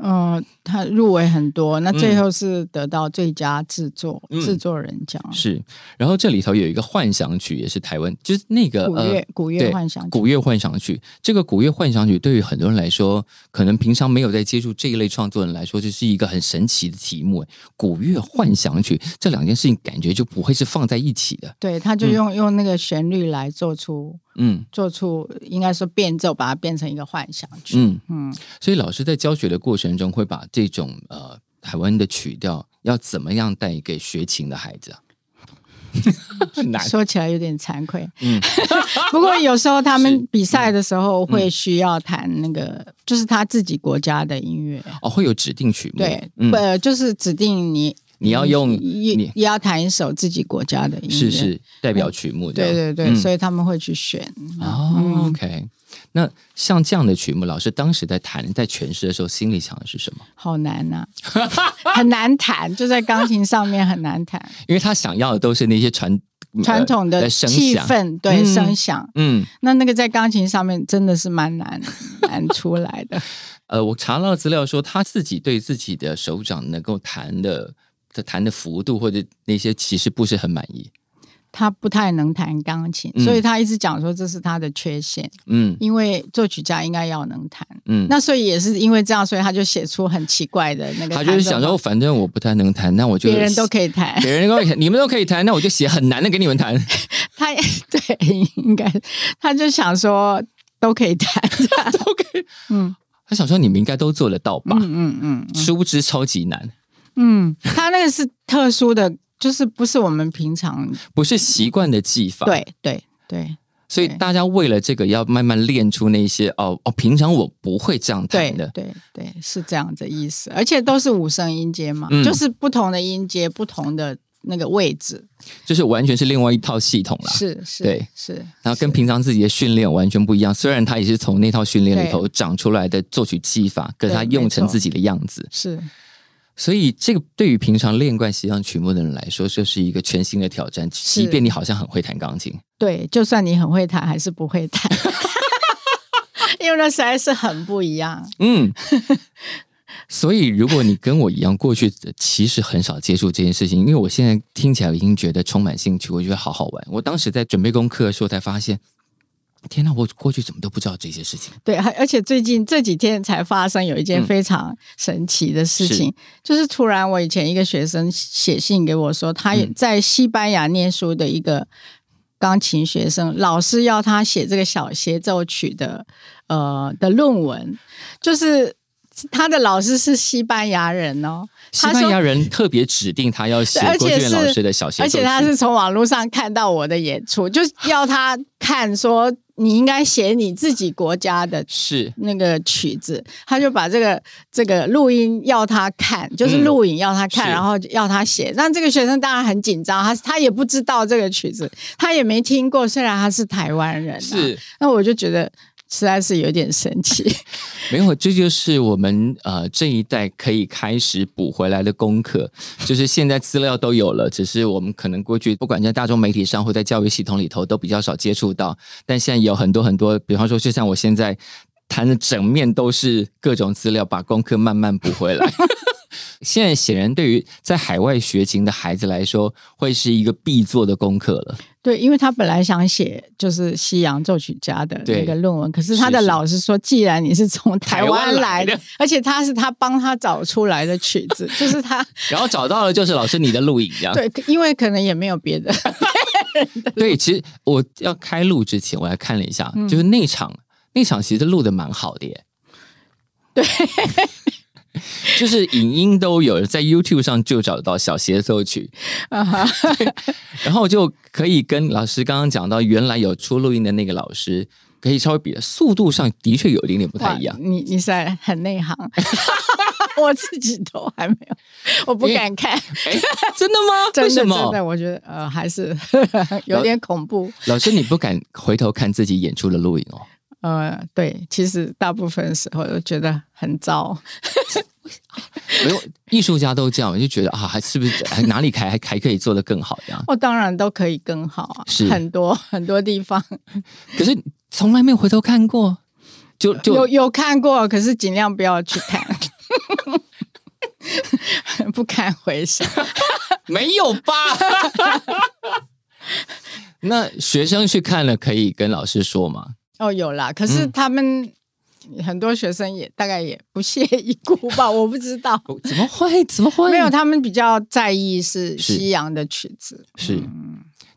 B: 嗯、他入围很多，那最后是得到最佳制作、
C: 嗯
B: 制作人奖，
C: 是，然后这里头有一个幻想曲，也是台湾，就是那个
B: 古乐、古乐
C: 呃对
B: 幻想曲，
C: 古乐幻想曲。这个古乐幻想曲对于很多人来说，可能平常没有在接触这一类创作人来说，这是一个很神奇的题目。古乐幻想曲这两件事情，感觉就不会是放在一起的。
B: 对，他就用、用那个旋律来做出
C: 嗯
B: 做出，应该说变奏，把它变成一个幻想曲，
C: 嗯，
B: 嗯
C: 所以老师在教学的过程中，会把这种呃台湾的曲调要怎么样带给学琴的孩 子、啊？很难，
B: 说起来有点惭愧，
C: 嗯
B: 不过有时候他
C: 是嗯
B: 们比赛的时候会需要弹那个，就是他自己国家的音乐，
C: 哦，会有指定曲目，嗯
B: 对，呃，就是指定你
C: 你要用
B: 也
C: 你
B: 也要弹一首自己国家的音乐，
C: 是，是代表曲目这
B: 对
C: 样，
B: 对对，
C: 嗯
B: 所以他们会去选。
C: 哦，OK。那像这样的曲目，老师当时在弹、在诠释的时候，心里想的是什么？
B: 好难呐、很难弹，就在钢琴上面很难弹。
C: 因为他想要的都是那些传
B: 传统
C: 呃
B: 的
C: 声
B: 气
C: 响，
B: 氛，对
C: 嗯
B: 声响，
C: 嗯，
B: 那那个在钢琴上面真的是蛮难 难出来的。
C: 呃，我查到的资料说，他自己对自己的手掌能够弹的、的弹的幅度或者那些，其实不是很满意。
B: 他不太能弹钢琴，
C: 嗯
B: 所以他一直讲说这是他的缺陷，
C: 嗯
B: 因为作曲家应该要能弹。
C: 嗯，
B: 那所以也是因为这样，所以他就写出很奇怪的那个弹奏法。
C: 他就是想说，反正我不太能弹，那我就
B: 别人都可以嗯弹，
C: 别人都可以，你们都可以弹，那我就写很难的给你们弹。
B: 他 对应该他就想说都可以弹。
C: 都可以。
B: 嗯
C: 他想说你们应该都做得到吧？
B: 嗯嗯嗯
C: 殊不知超级难，
B: 嗯，他那个是特殊的，就是不是我们平常
C: 不是习惯的技法。，
B: 对对对
C: 所以
B: 对
C: 大家为了这个要慢慢练出那些哦哦，平常我不会这样
B: 对
C: 弹的。
B: 对对，是这样的意思，而且都是五声音阶嘛，
C: 嗯
B: 就是不同的音阶，不同的那个位置。
C: 就是完全是另外一套系统啦。
B: 是是，
C: 对
B: 是，
C: 然后跟平常自己的训练完全不一样，虽然他也是从那套训练里头长出来的作曲技法，可是他用成自己的样子，
B: 是
C: 所以这个对于平常练惯西洋曲目的人来说，这是一个全新的挑战。即便你好像很会弹钢琴，
B: 对，就算你很会弹，还是不会弹， 因为那实在是很不一样。
C: 嗯，所以，如果你跟我一样，过去其实很少接触这件事情，因为我现在听起来已经觉得充满兴趣，我觉得好好玩。我当时在准备功课的时候才发现，天哪，我过去怎么都不知道这些事情。
B: 对，还而且最近这几天才发生有一
C: 嗯
B: 件非常神奇的事情，就是突然我以前一个学生写信给我说，他也
C: 嗯
B: 在西班牙念书的一个钢琴学生，老师要他写这个小协奏曲的呃的论文，就是他的老师是西班牙人哦，
C: 西
B: 他说
C: 班牙 人特别指定他要写
B: 对而
C: 郭
B: 且
C: 俊
B: 是
C: 老师的小协
B: 而
C: 奏
B: 且
C: 曲，
B: 他是从网络上看到我的演出，就是要他看说你应该写你自己国家的
C: 是
B: 那个曲子，他就把这个这个录音要他看，就是
C: 嗯
B: 录影要他看，
C: 是
B: 然后要他写。那这个学生当然很紧张，他他也不知道这个曲子，他也没听过，虽然他是台湾人、啊，
C: 是。
B: 那我就觉得实在是有点神奇。
C: 没有，这就是我们呃这一代可以开始补回来的功课，就是现在资料都有了，只是我们可能过去不管在大众媒体上或在教育系统里头都比较少接触到，但现在有很多很多，比方说就像我现在谈的整面都是各种资料，把功课慢慢补回来。 现在显然，对于在海外学琴的孩子来说，会是一个必做的功课了。
B: 对，因为他本来想写就是西洋作曲家的那
C: 对
B: 个论文，可是他的
C: 是是
B: 老师说，既然你是从台
C: 台
B: 湾
C: 湾
B: 来
C: 来
B: 的
C: 的，
B: 而且他是他帮他找出来的曲子，就是 他
C: 然后找到了，就是老师你的录影，这样。
B: 对，因为可能也没有别的，
C: 对，其实我要开录之前，我还看了一下，
B: 嗯
C: 就是那场那场其实录的蛮好的耶。对， 就是影音都有，在 YouTube 上就找得到小协奏曲，
B: 啊哈
C: 然后就可以跟老师刚刚讲到，原来有出录音的那个老师。可以稍微比速度上的确有一点点不太一样
B: 哇，你你实在很内 行， 我自己都还没有，我不敢看。
C: 哎， 真的 吗？
B: 真的
C: 为什
B: 真
C: 么？
B: 的，我觉得呃还是 有点恐怖。
C: 老师，你不敢回头看自己演出的录影哦？
B: 呃，对，其实大部分时候都觉得很糟。
C: 没有，艺术家都这样，我就觉得啊，还是不是还哪里还还还可以做得更好这样？
B: 哦，当然都可以更好啊，
C: 是
B: 很多很多地方
C: 可是从来没有回头看过，就
B: 有
C: 就
B: 有看过，可是尽量不要去看， 不堪回首。
C: 没有吧？ 那学生去看了，可以跟老师说吗？
B: 哦，有啦，可是
C: 嗯
B: 他们很多学生也大概也不屑一顾吧，我不知道。
C: 哦怎么会？怎么会？
B: 没有，他们比较在意是
C: 是
B: 西洋的曲子，
C: 是。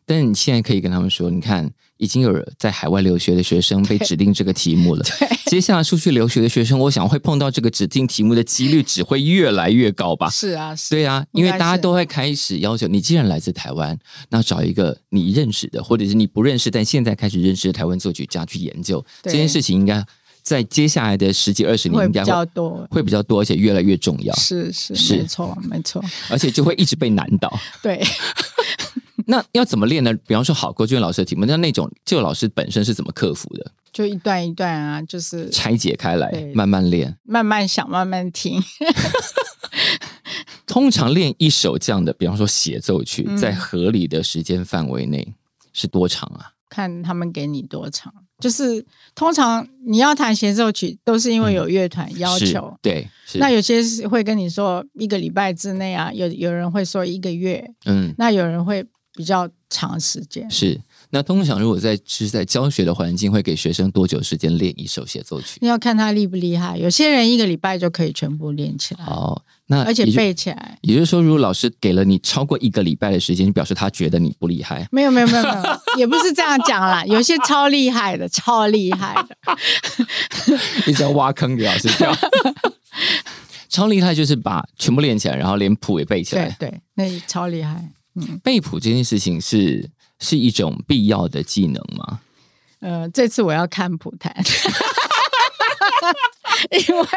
C: 但你现在可以跟他们说，你看，已经有在海外留学的学生被指定这个题目了。接下来出去留学的学生，我想会碰到这个指定题目的几率只会越来越高吧？
B: 是啊，是
C: 对啊，
B: 应
C: 因为
B: 该
C: 大家
B: 是哦
C: 都会开始要求，你既然来自台湾，那找一个你认识的，或者是你不认识但现在开始认识的台湾作曲家去研究
B: 对
C: 这件事情，应该在接下来的十几二十年
B: 会
C: 应
B: 比
C: 该
B: 较
C: 会
B: 多，
C: 会比较多，而且越来越重要，
B: 是是
C: 是
B: 没错没错，
C: 而且就会一直被难 倒。
B: 对，
C: 那要怎么练呢？比方说好郭俊老师的题目，那那种就老师本身是怎么克服的？
B: 就一段一段啊，就是
C: 拆解开来
B: 对，
C: 慢慢练。
B: 慢慢想，慢慢听，
C: 通常练一首这样的，比方说协奏曲，
B: 嗯
C: 在合理的时间范围内是多长啊？
B: 看他们给你多长。就是通常你要弹协奏曲，都是因为有乐团要
C: 是
B: 求，
C: 对，是
B: 那有些是会跟你说一个礼拜之内啊，有有人会说一个月，
C: 嗯。
B: 那有人会比较长时间。
C: 是，那通常如果在是在教学的环境，会给学生多久时间练一首协奏曲？
B: 你要看他厉不厉害，有些人一个礼拜就可以全部练起来，
C: 好，那
B: 而且
C: 啊也就
B: 背起来。
C: 也就是说，如果老师给了你超过一个礼拜的时间，表示他觉得你不厉害。
B: 没有没有没有没有，也不是这样讲啦，有些超厉害的，超厉害 的，
C: 一直要挖坑给老师跳。 超厉害就是把全部练起来，然后连谱也背起
B: 对
C: 来。
B: 对，那超厉害。
C: 背谱这件事情是是一种必要的技能吗？
B: 呃，这次我要看谱弹， 因 为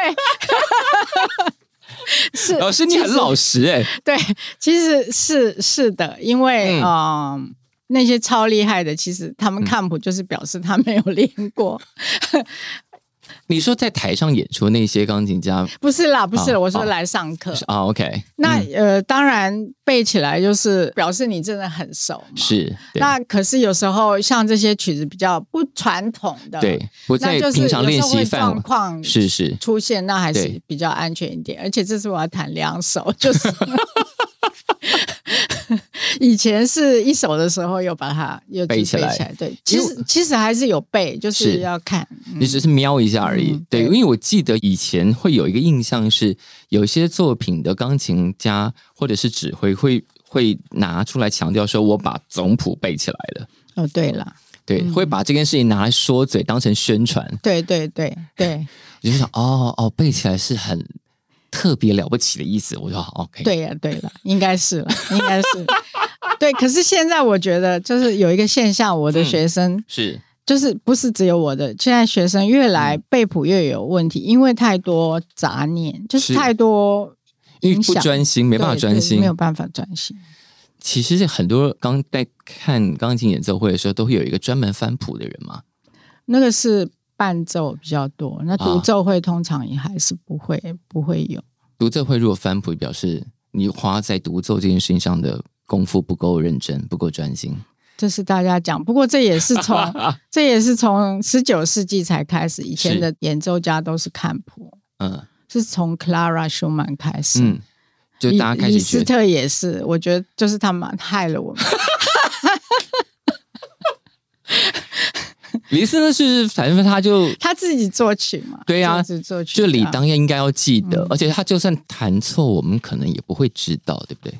B: 是
C: 老师，你很
B: 其实
C: 老实哎、
B: 对，其实是是的，因为嗯、
C: 嗯
B: 呃那些超厉害的，其实他们看谱就是表示他没有练过。
C: 你说在台上演出那些钢琴家
B: 不是啦，不是啦，
C: 哦
B: 我说
C: 哦
B: 来上课。
C: 啊，OK，
B: 那
C: 嗯
B: 呃，当然背起来就是表示你真的很熟嘛。。
C: 是对
B: 那可是有时候像这些曲子比较不传统的，，
C: 对，不
B: 那
C: 在
B: 就是
C: 平常
B: 有时
C: 练
B: 候会
C: 习范
B: 状
C: 围
B: 况
C: 是是
B: 出现，那还是
C: 对
B: 比较安全一点。而且这次我要弹两首， 就是以前是一首的时候又把它又
C: 背起
B: 起
C: 来
B: 对，其
C: 因为
B: 实其实还是有背，就是
C: 是
B: 要看。
C: 你只是瞄一下而已。
B: 嗯
C: 对，
B: 对
C: 因为我记得以前会有一个印象是，有一些作品的钢琴家或者是指挥会会拿出来强调说，我把总谱背起来了。
B: 哦，对了，
C: 对，会把这件事情拿来说嘴，当成宣传。
B: 对对对 对
C: 我就想，哦哦，背起来是很特别了不起的意思。我说好 OK，，
B: 对呀、对了，应该是了，应该是。对，可是现在我觉得就是有一个现象，我的
C: 嗯
B: 学生、
C: 是
B: 就是不是只有我的，现在学生越
C: 嗯
B: 来背谱越有问题，因为太多杂念，就是
C: 是
B: 太多
C: 因为
B: 影
C: 不
B: 响，
C: 专心，没办法
B: 对
C: 专
B: 对
C: 心
B: 没有。办法专心。
C: 其实是很多刚在看钢琴演奏会的时候，都会有一个专门翻谱的人嘛。
B: 那个是伴奏比较多，那独
C: 啊
B: 奏会通常也还是不会、不会有。
C: 独奏会如果翻谱，表示你花在独奏这件事情上的功夫不够认真，不够专心。
B: 这是大家讲，不过这也是 从这也是从十九世纪才开始，以前
C: 是
B: 的演奏家都是看谱，
C: 嗯
B: 是从 Clara Schumann 开始。
C: 嗯，就
B: 李
C: 大家开
B: 李
C: 始
B: 斯
C: 觉得
B: 特也是，我觉得就是他们害了我们。
C: 李斯特是，反正他就
B: 他自己作曲嘛，
C: 对呀
B: 自己作曲
C: 就
B: 的啊，
C: 理当应该要记得，而且他就算弹错，我们可能也不会知道，对不对？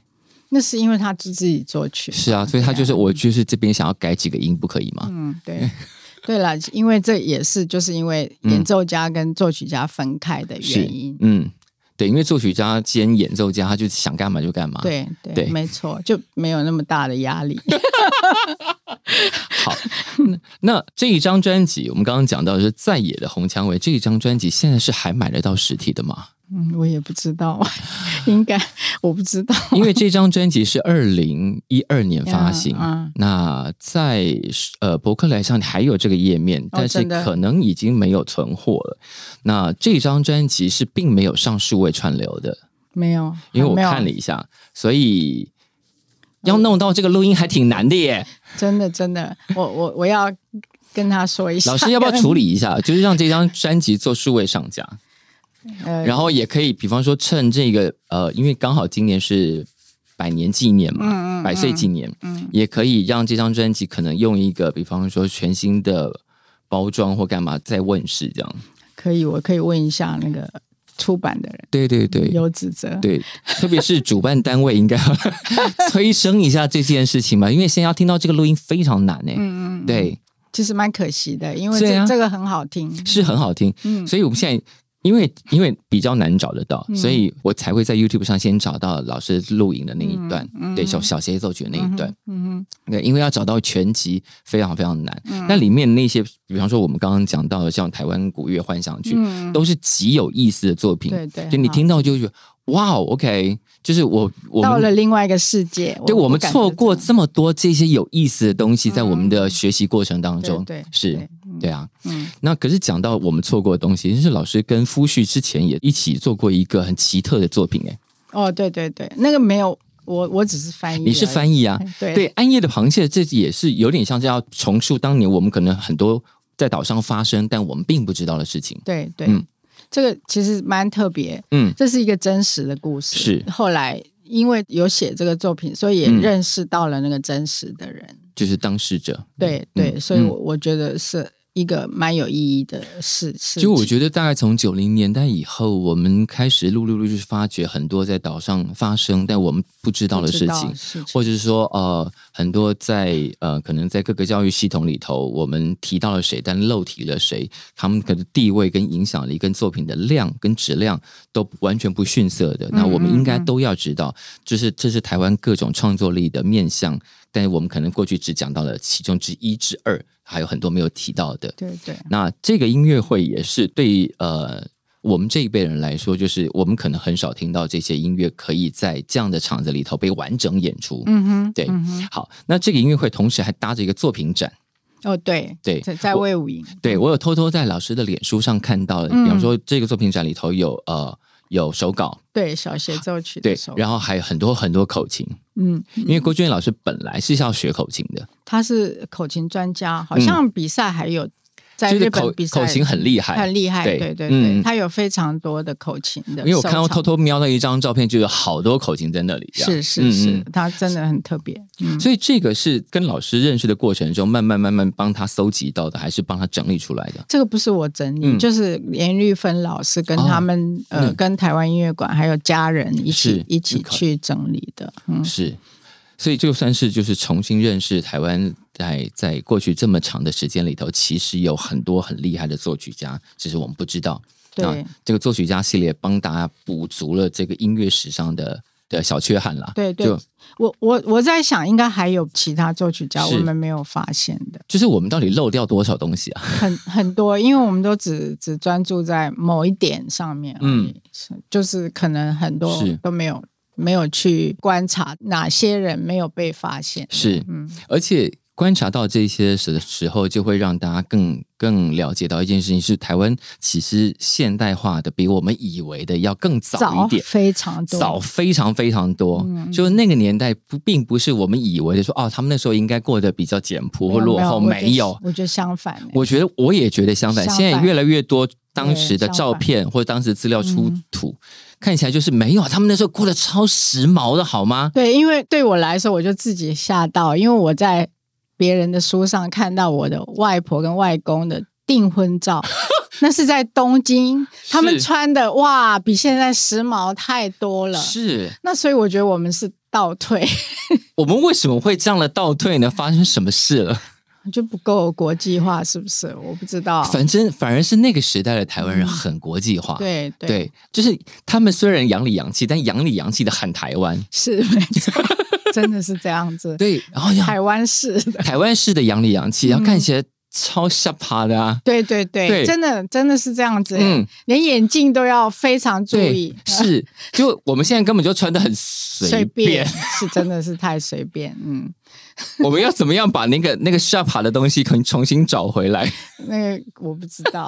B: 那是因为他自己作曲，
C: 是啊，所以他就是我就是这边想要改几个音，不可以吗？
B: 嗯，对， 对了，因为这也是就是因为演奏家跟作曲家分开的
C: 是
B: 原因，，
C: 嗯，对，因为作曲家兼演奏家，他就想干嘛就干嘛。，
B: 对对
C: 啊对
B: 没错，就没有那么大的压力。
C: 那这一张专辑，我们刚刚讲到的是在野的红蔷薇，这一张专辑现在是还买得到实体的吗？
B: 嗯，我也不知道， 应该我不知道。
C: 因为这张专辑是二零一二年发 行，
B: 嗯嗯
C: 那在呃博客来上还有这个页面，但是
B: 哦真的
C: 可能已经没有存货了。那这张专辑是并没有上数位串流的，
B: 没有，
C: 因为我
B: 没有
C: 看了一下，所以要弄到这个录音还挺难的 耶。
B: 真的真的，我我我要跟他说一下，
C: 老师要不要处理一下，就是让这张专辑做数位上架，
B: 呃，
C: 然后也可以，比方说趁这个呃，因为刚好今年是百年纪念 嘛，
B: 嗯嗯
C: 百岁纪念，
B: 嗯
C: 也可以让这张专辑可能用一个，比方说全新的包装或干嘛再问世这样。
B: 可以，我可以问一下那个出版的人
C: 对对对。
B: 有指责，
C: 对，特别是主办单位应该 要催生一下这件事情嘛，因为现在要听到这个录音非常难呢、欸
B: 嗯嗯嗯，
C: 对，
B: 其实蛮可惜的，因为
C: 对
B: 这、
C: 啊
B: 这个很好听。
C: 是很好听。
B: 嗯
C: 所以我们现在因为因为比较难找得到，所以我才会在 YouTube 上先找到老师录影的那一段，对小小协奏曲的那一段。
B: 嗯
C: 对，因为要找到全集非常非常难。那里面那些，比方说我们刚刚讲到的，像台湾古乐幻想曲，
B: 嗯
C: 都是极有意思的作品。
B: 对对
C: 就你
B: 好
C: 听到就觉得哇哦，OK，就是我
B: 哼，
C: 我
B: 到
C: 们
B: 了另外一个世界，
C: 对我们
B: 感觉
C: 错过
B: 这样嗯
C: 这么多这些有意思的东西，在我们的学习过程当中，
B: 对对
C: 是
B: 对嗯，
C: 对啊。
B: 嗯
C: 那可是讲到我们错过的东西，就是老师跟夫婿之前也一起做过一个很奇特的作品，哎，
B: 哦，对对对，那个没有我，我只是翻译，
C: 你是翻
B: 译，
C: 译啊？
B: 对
C: 对，安夜的螃蟹这也是有点像是要重述当年我们可能很多在岛上发生，但我们并不知道的事情。
B: 对对，
C: 嗯
B: 这个其实蛮特别，
C: 嗯，
B: 这是一个真实的故事。
C: 是
B: 后来因为有写这个作品，所以也
C: 嗯
B: 认识到了那个真实的人。
C: 就是当事者。
B: 对
C: 嗯
B: 对，所以
C: 嗯
B: 我我觉得是一个蛮有意义的事事情。
C: 就我觉得，大概从九零年代以后，我们开始陆陆续续发掘很多在岛上发生但我们不知道的事情
B: 不知道，事情
C: 或者是说呃，很多在呃，可能在各个教育系统里头，我们提到了谁，但漏提了谁，他们的地位、跟影响力、跟作品的量、跟质量都完全不逊色的。那我们应该都要知道，就是这是台湾各种创作力的面向，但是我们可能过去只讲到了其中之一之二，还有很多没有提到的。
B: 对对，
C: 那这个音乐会也是对呃我们这一辈人来说，就是我们可能很少听到这些音乐可以在这样的场子里头被完整演出。
B: 嗯哼，
C: 对
B: 嗯哼，
C: 好，那这个音乐会同时还搭着一个作品展，
B: 哦，对
C: 对
B: 在在
C: 我
B: 魏武营，
C: 对我有偷偷在老师的脸书上看到了，比方
B: 嗯
C: 说这个作品展里头有呃有手稿，
B: 对小协奏曲
C: 对
B: 的时，候，
C: 然后还有很多很多口琴，
B: 嗯，
C: 因为郭娟老师本来是要学口琴的，
B: 他是口琴专家，好像比赛还有在
C: 嗯就是
B: 日
C: 口
B: 本比赛
C: 口琴很厉害，
B: 很厉害，
C: 对
B: 对对
C: 嗯
B: 对，他有非常多的口琴的收藏，
C: 因为我看到偷偷瞄到一张照片，就有好多口琴在那里，这样
B: 是是
C: 嗯
B: 是
C: 嗯，
B: 他真的很特别，嗯，
C: 所以这个是跟老师认识的过程中，慢慢慢慢帮他搜集到的，还是帮他整理出来的？
B: 这个不是我整理，
C: 嗯
B: 就是严玉芬老师跟
C: 哦
B: 他们、呃，
C: 嗯
B: 跟台湾音乐馆还有家人一
C: 是
B: 起一起
C: 考
B: 去整理的。嗯，
C: 是，所以就算是就是重新认识台湾在在过去这么长的时间里头，其实有很多很厉害的作曲家，只是我们不知道。
B: 对
C: 那这个作曲家系列帮大家补足了这个音乐史上的的小缺憾啦。
B: 对对
C: 就
B: 我我我在想，应该还有其他作曲家
C: 是
B: 我们没有发现的，
C: 就是我们到底漏掉多少东西啊？
B: 很很多，因为我们都只只专注在某一点上面，
C: 嗯
B: 嗯，是就是可能很多
C: 是
B: 都没有没有去观察哪些人没有被发现。
C: 是，
B: 嗯，
C: 而且观察到这些时时候，就会让大家更更了解到一件事情：是台湾其实现代化的比我们以为的要更早
B: 早
C: 一点。
B: 非常多，
C: 早非常非常多，就那个年代不并不是我们以为的说哦，他们那时候应该过得比较简朴或落后，没有。
B: 我觉得相反、欸，
C: 我觉得我也觉得相反，
B: 相
C: 现在
B: 反
C: 越来越多当时
B: 对
C: 的
B: 相
C: 照
B: 反
C: 片或者当时资料出土，看起来就是没有，他们那时候过得超时髦的好吗？
B: 对，因为对我来说，我就自己吓到，因为我在别人的书上看到我的外婆跟外公的订婚 照，那是在东京，他
C: 是
B: 们穿的哇，比现在时髦太多了。
C: 是
B: 那所以我觉得我们是倒退，
C: 我们为什么会这样的倒退呢？发生什么事了？
B: 就不够国际化，是不是？我不知道。
C: 反正反而是那个时代的台湾人很国际化，
B: 对对
C: 嗯对，就是他们虽然洋里洋气，但洋里洋气的很台湾，
B: 是没错，真的是这样子。
C: 对，然后呀
B: 台湾式的，
C: 台湾式的洋里洋气，然后看起来超下趴 的啊。
B: 对对对，
C: 对
B: 真的真的是这样子、
C: 嗯
B: 连眼镜都要非常注
C: 对
B: 意，。
C: 是，就我们现在根本就穿的很随
B: 随
C: 便
B: 便，是真的是太随便，嗯，
C: 我们要怎么样把那个那个下趴的东西可以重新找回来？
B: 那个我不知道，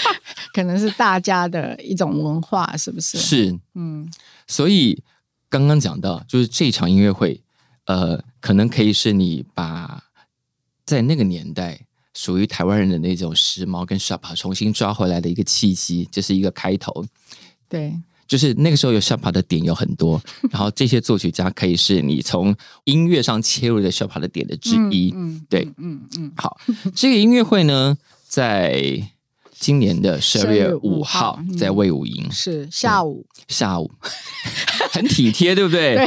B: 可能是大家的一种文化，是不是？，
C: 是，
B: 嗯，
C: 所以刚刚讲到，就是这场音乐会，呃，可能可以是你把在那个年代属于台湾人的那种时髦跟 s h a p 重新抓回来的一个契机，这是一个开头。
B: 对，嗯
C: 就是那个时候有 s h a p 的点有很 多，然后这些作曲家可以是你从音乐上切入的 s h a p 的点的之一。
B: 嗯，嗯
C: 对，
B: 嗯嗯，
C: 好，这个音乐会呢，在今年的十二月五号
B: 12月5号
C: 在魏武营
B: 嗯是下午，
C: 下 午，很体贴，对不对？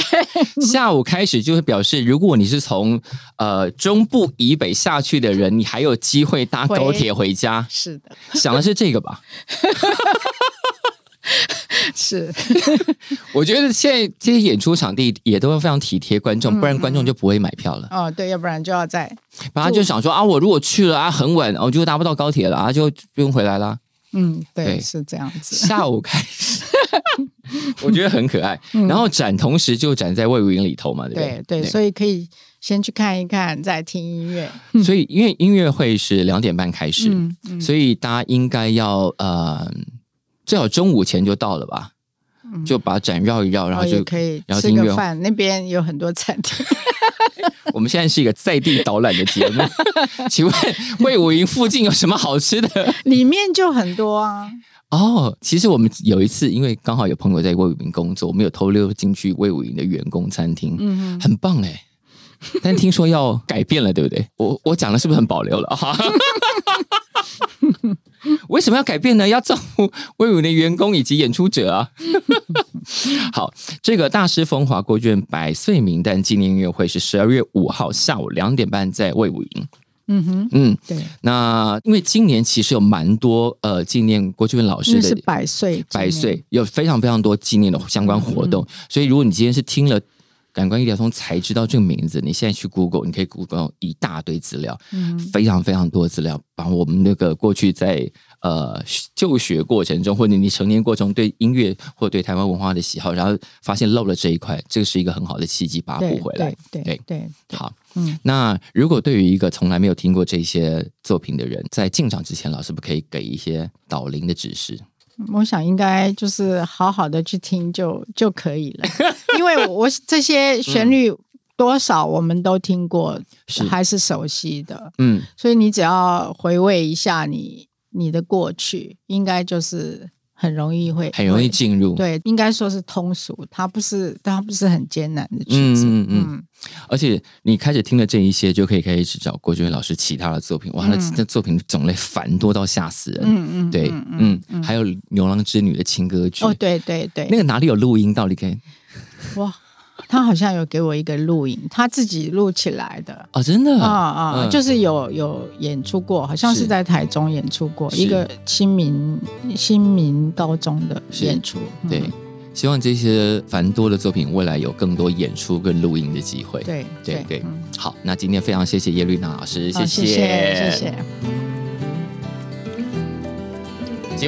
C: 下午开始就会表示，如果你是从呃中部以北下去的人，你还有机会搭
B: 回
C: 高铁回家。
B: 是的，
C: 想的是这个 吧？
B: 是，
C: 我觉得现在这些演出场地也都会非常体贴观众，不然观众就不会买票了。
B: 哦，对，要不然就要在，
C: 然后他就想说啊，我如果去了啊，很晚，我就搭不到高铁了啊，就不用回来 啦。
B: 嗯，
C: 对
B: 对，是这样子，
C: 下午开始， 我觉得很可爱。然后展同时就展在魏武营里头嘛，对不
B: 对
C: 对
B: 嗯对，所以可以先去看一看，再听音乐，
C: 所以因为音乐会是两点半开始，
B: 嗯嗯
C: 所以大家应该要呃，最好中午前就到了吧，就把展绕一绕，然后
B: 嗯
C: 就、
B: 哦也可以
C: 然后
B: 吃
C: 听音乐哦
B: 个。饭，那边有很多餐厅，
C: 我们现在是一个在地导览的节目，请问魏武营附近有什么好吃的？
B: 里面就很多啊，
C: 哦，其实我们有一次，因为刚好有朋友在魏武营工作，我们有偷溜进去魏武营的员工餐厅，
B: 嗯
C: 很棒哎、但听说要改变了，对不对？我我讲的是不是很保留了？哈 哈哈哈哈为什么要改变呢？要照顾魏武的员工以及演出者啊！ 好，这个大师风华国卷百岁名旦纪念音乐会是十二月五号下午两点半在魏武营。
B: 嗯哼，
C: 嗯，
B: 对。
C: 那因为今年其实有蛮多呃纪念郭俊文老
B: 因
C: 师
B: 为
C: 的
B: 是百岁纪念，嗯
C: 百岁有非常非常多纪念的相关活动，所以如果你今天是听了感官医疗通才知道这个名字。你现在去 Google，你可以 Google 一大堆资料，
B: 嗯
C: 非常非常多的资料，把我们那个过去在呃就学过程中，或者你成年过程中对音乐或对台湾文化的喜好，然后发现漏了这一块，这个是一个很好的契机，把它补
B: 对
C: 回来。
B: 对
C: 对
B: 对对，
C: 好，
B: 嗯
C: 那如果对于一个从来没有听过这些作品的人，在进场之前，老师不可以给一些导聆的指示？
B: 我想应该就是好好的去听就就可以了， 因为我这些旋律多少我们都听过，
C: 嗯是
B: 还是熟悉的，
C: 嗯，
B: 所以你只要回味一下你你的过去，应该就是很容易会
C: 很容易进入。
B: 对，应该说是通俗，它不是它不是很艰难的曲
C: 嗯
B: 子，
C: 嗯嗯，而且你开始听了这一些，就可以开始找郭俊伟老师其他的作品。哇，那
B: 嗯
C: 那作品种类繁多到吓死人。
B: 嗯嗯，
C: 对，嗯，还有《牛郎织女》的情歌剧，
B: 哦对对对，
C: 那个哪里有录音？到底可以？
B: 哇，他好像有给我一个录影，他自己录起来的。
C: 哦，真的
B: 啊啊，
C: 嗯
B: 就是有有演出过，好像
C: 是
B: 是在台中演出过
C: 是
B: 一个新民新民高中的
C: 是
B: 演出。嗯
C: 对。希望这些繁多的作品未来有更多演出跟录音的机会。
B: 对
C: 对对
B: 嗯，
C: 好，那今天非常谢谢叶绿娜老师，
B: 好谢谢谢谢。
C: 节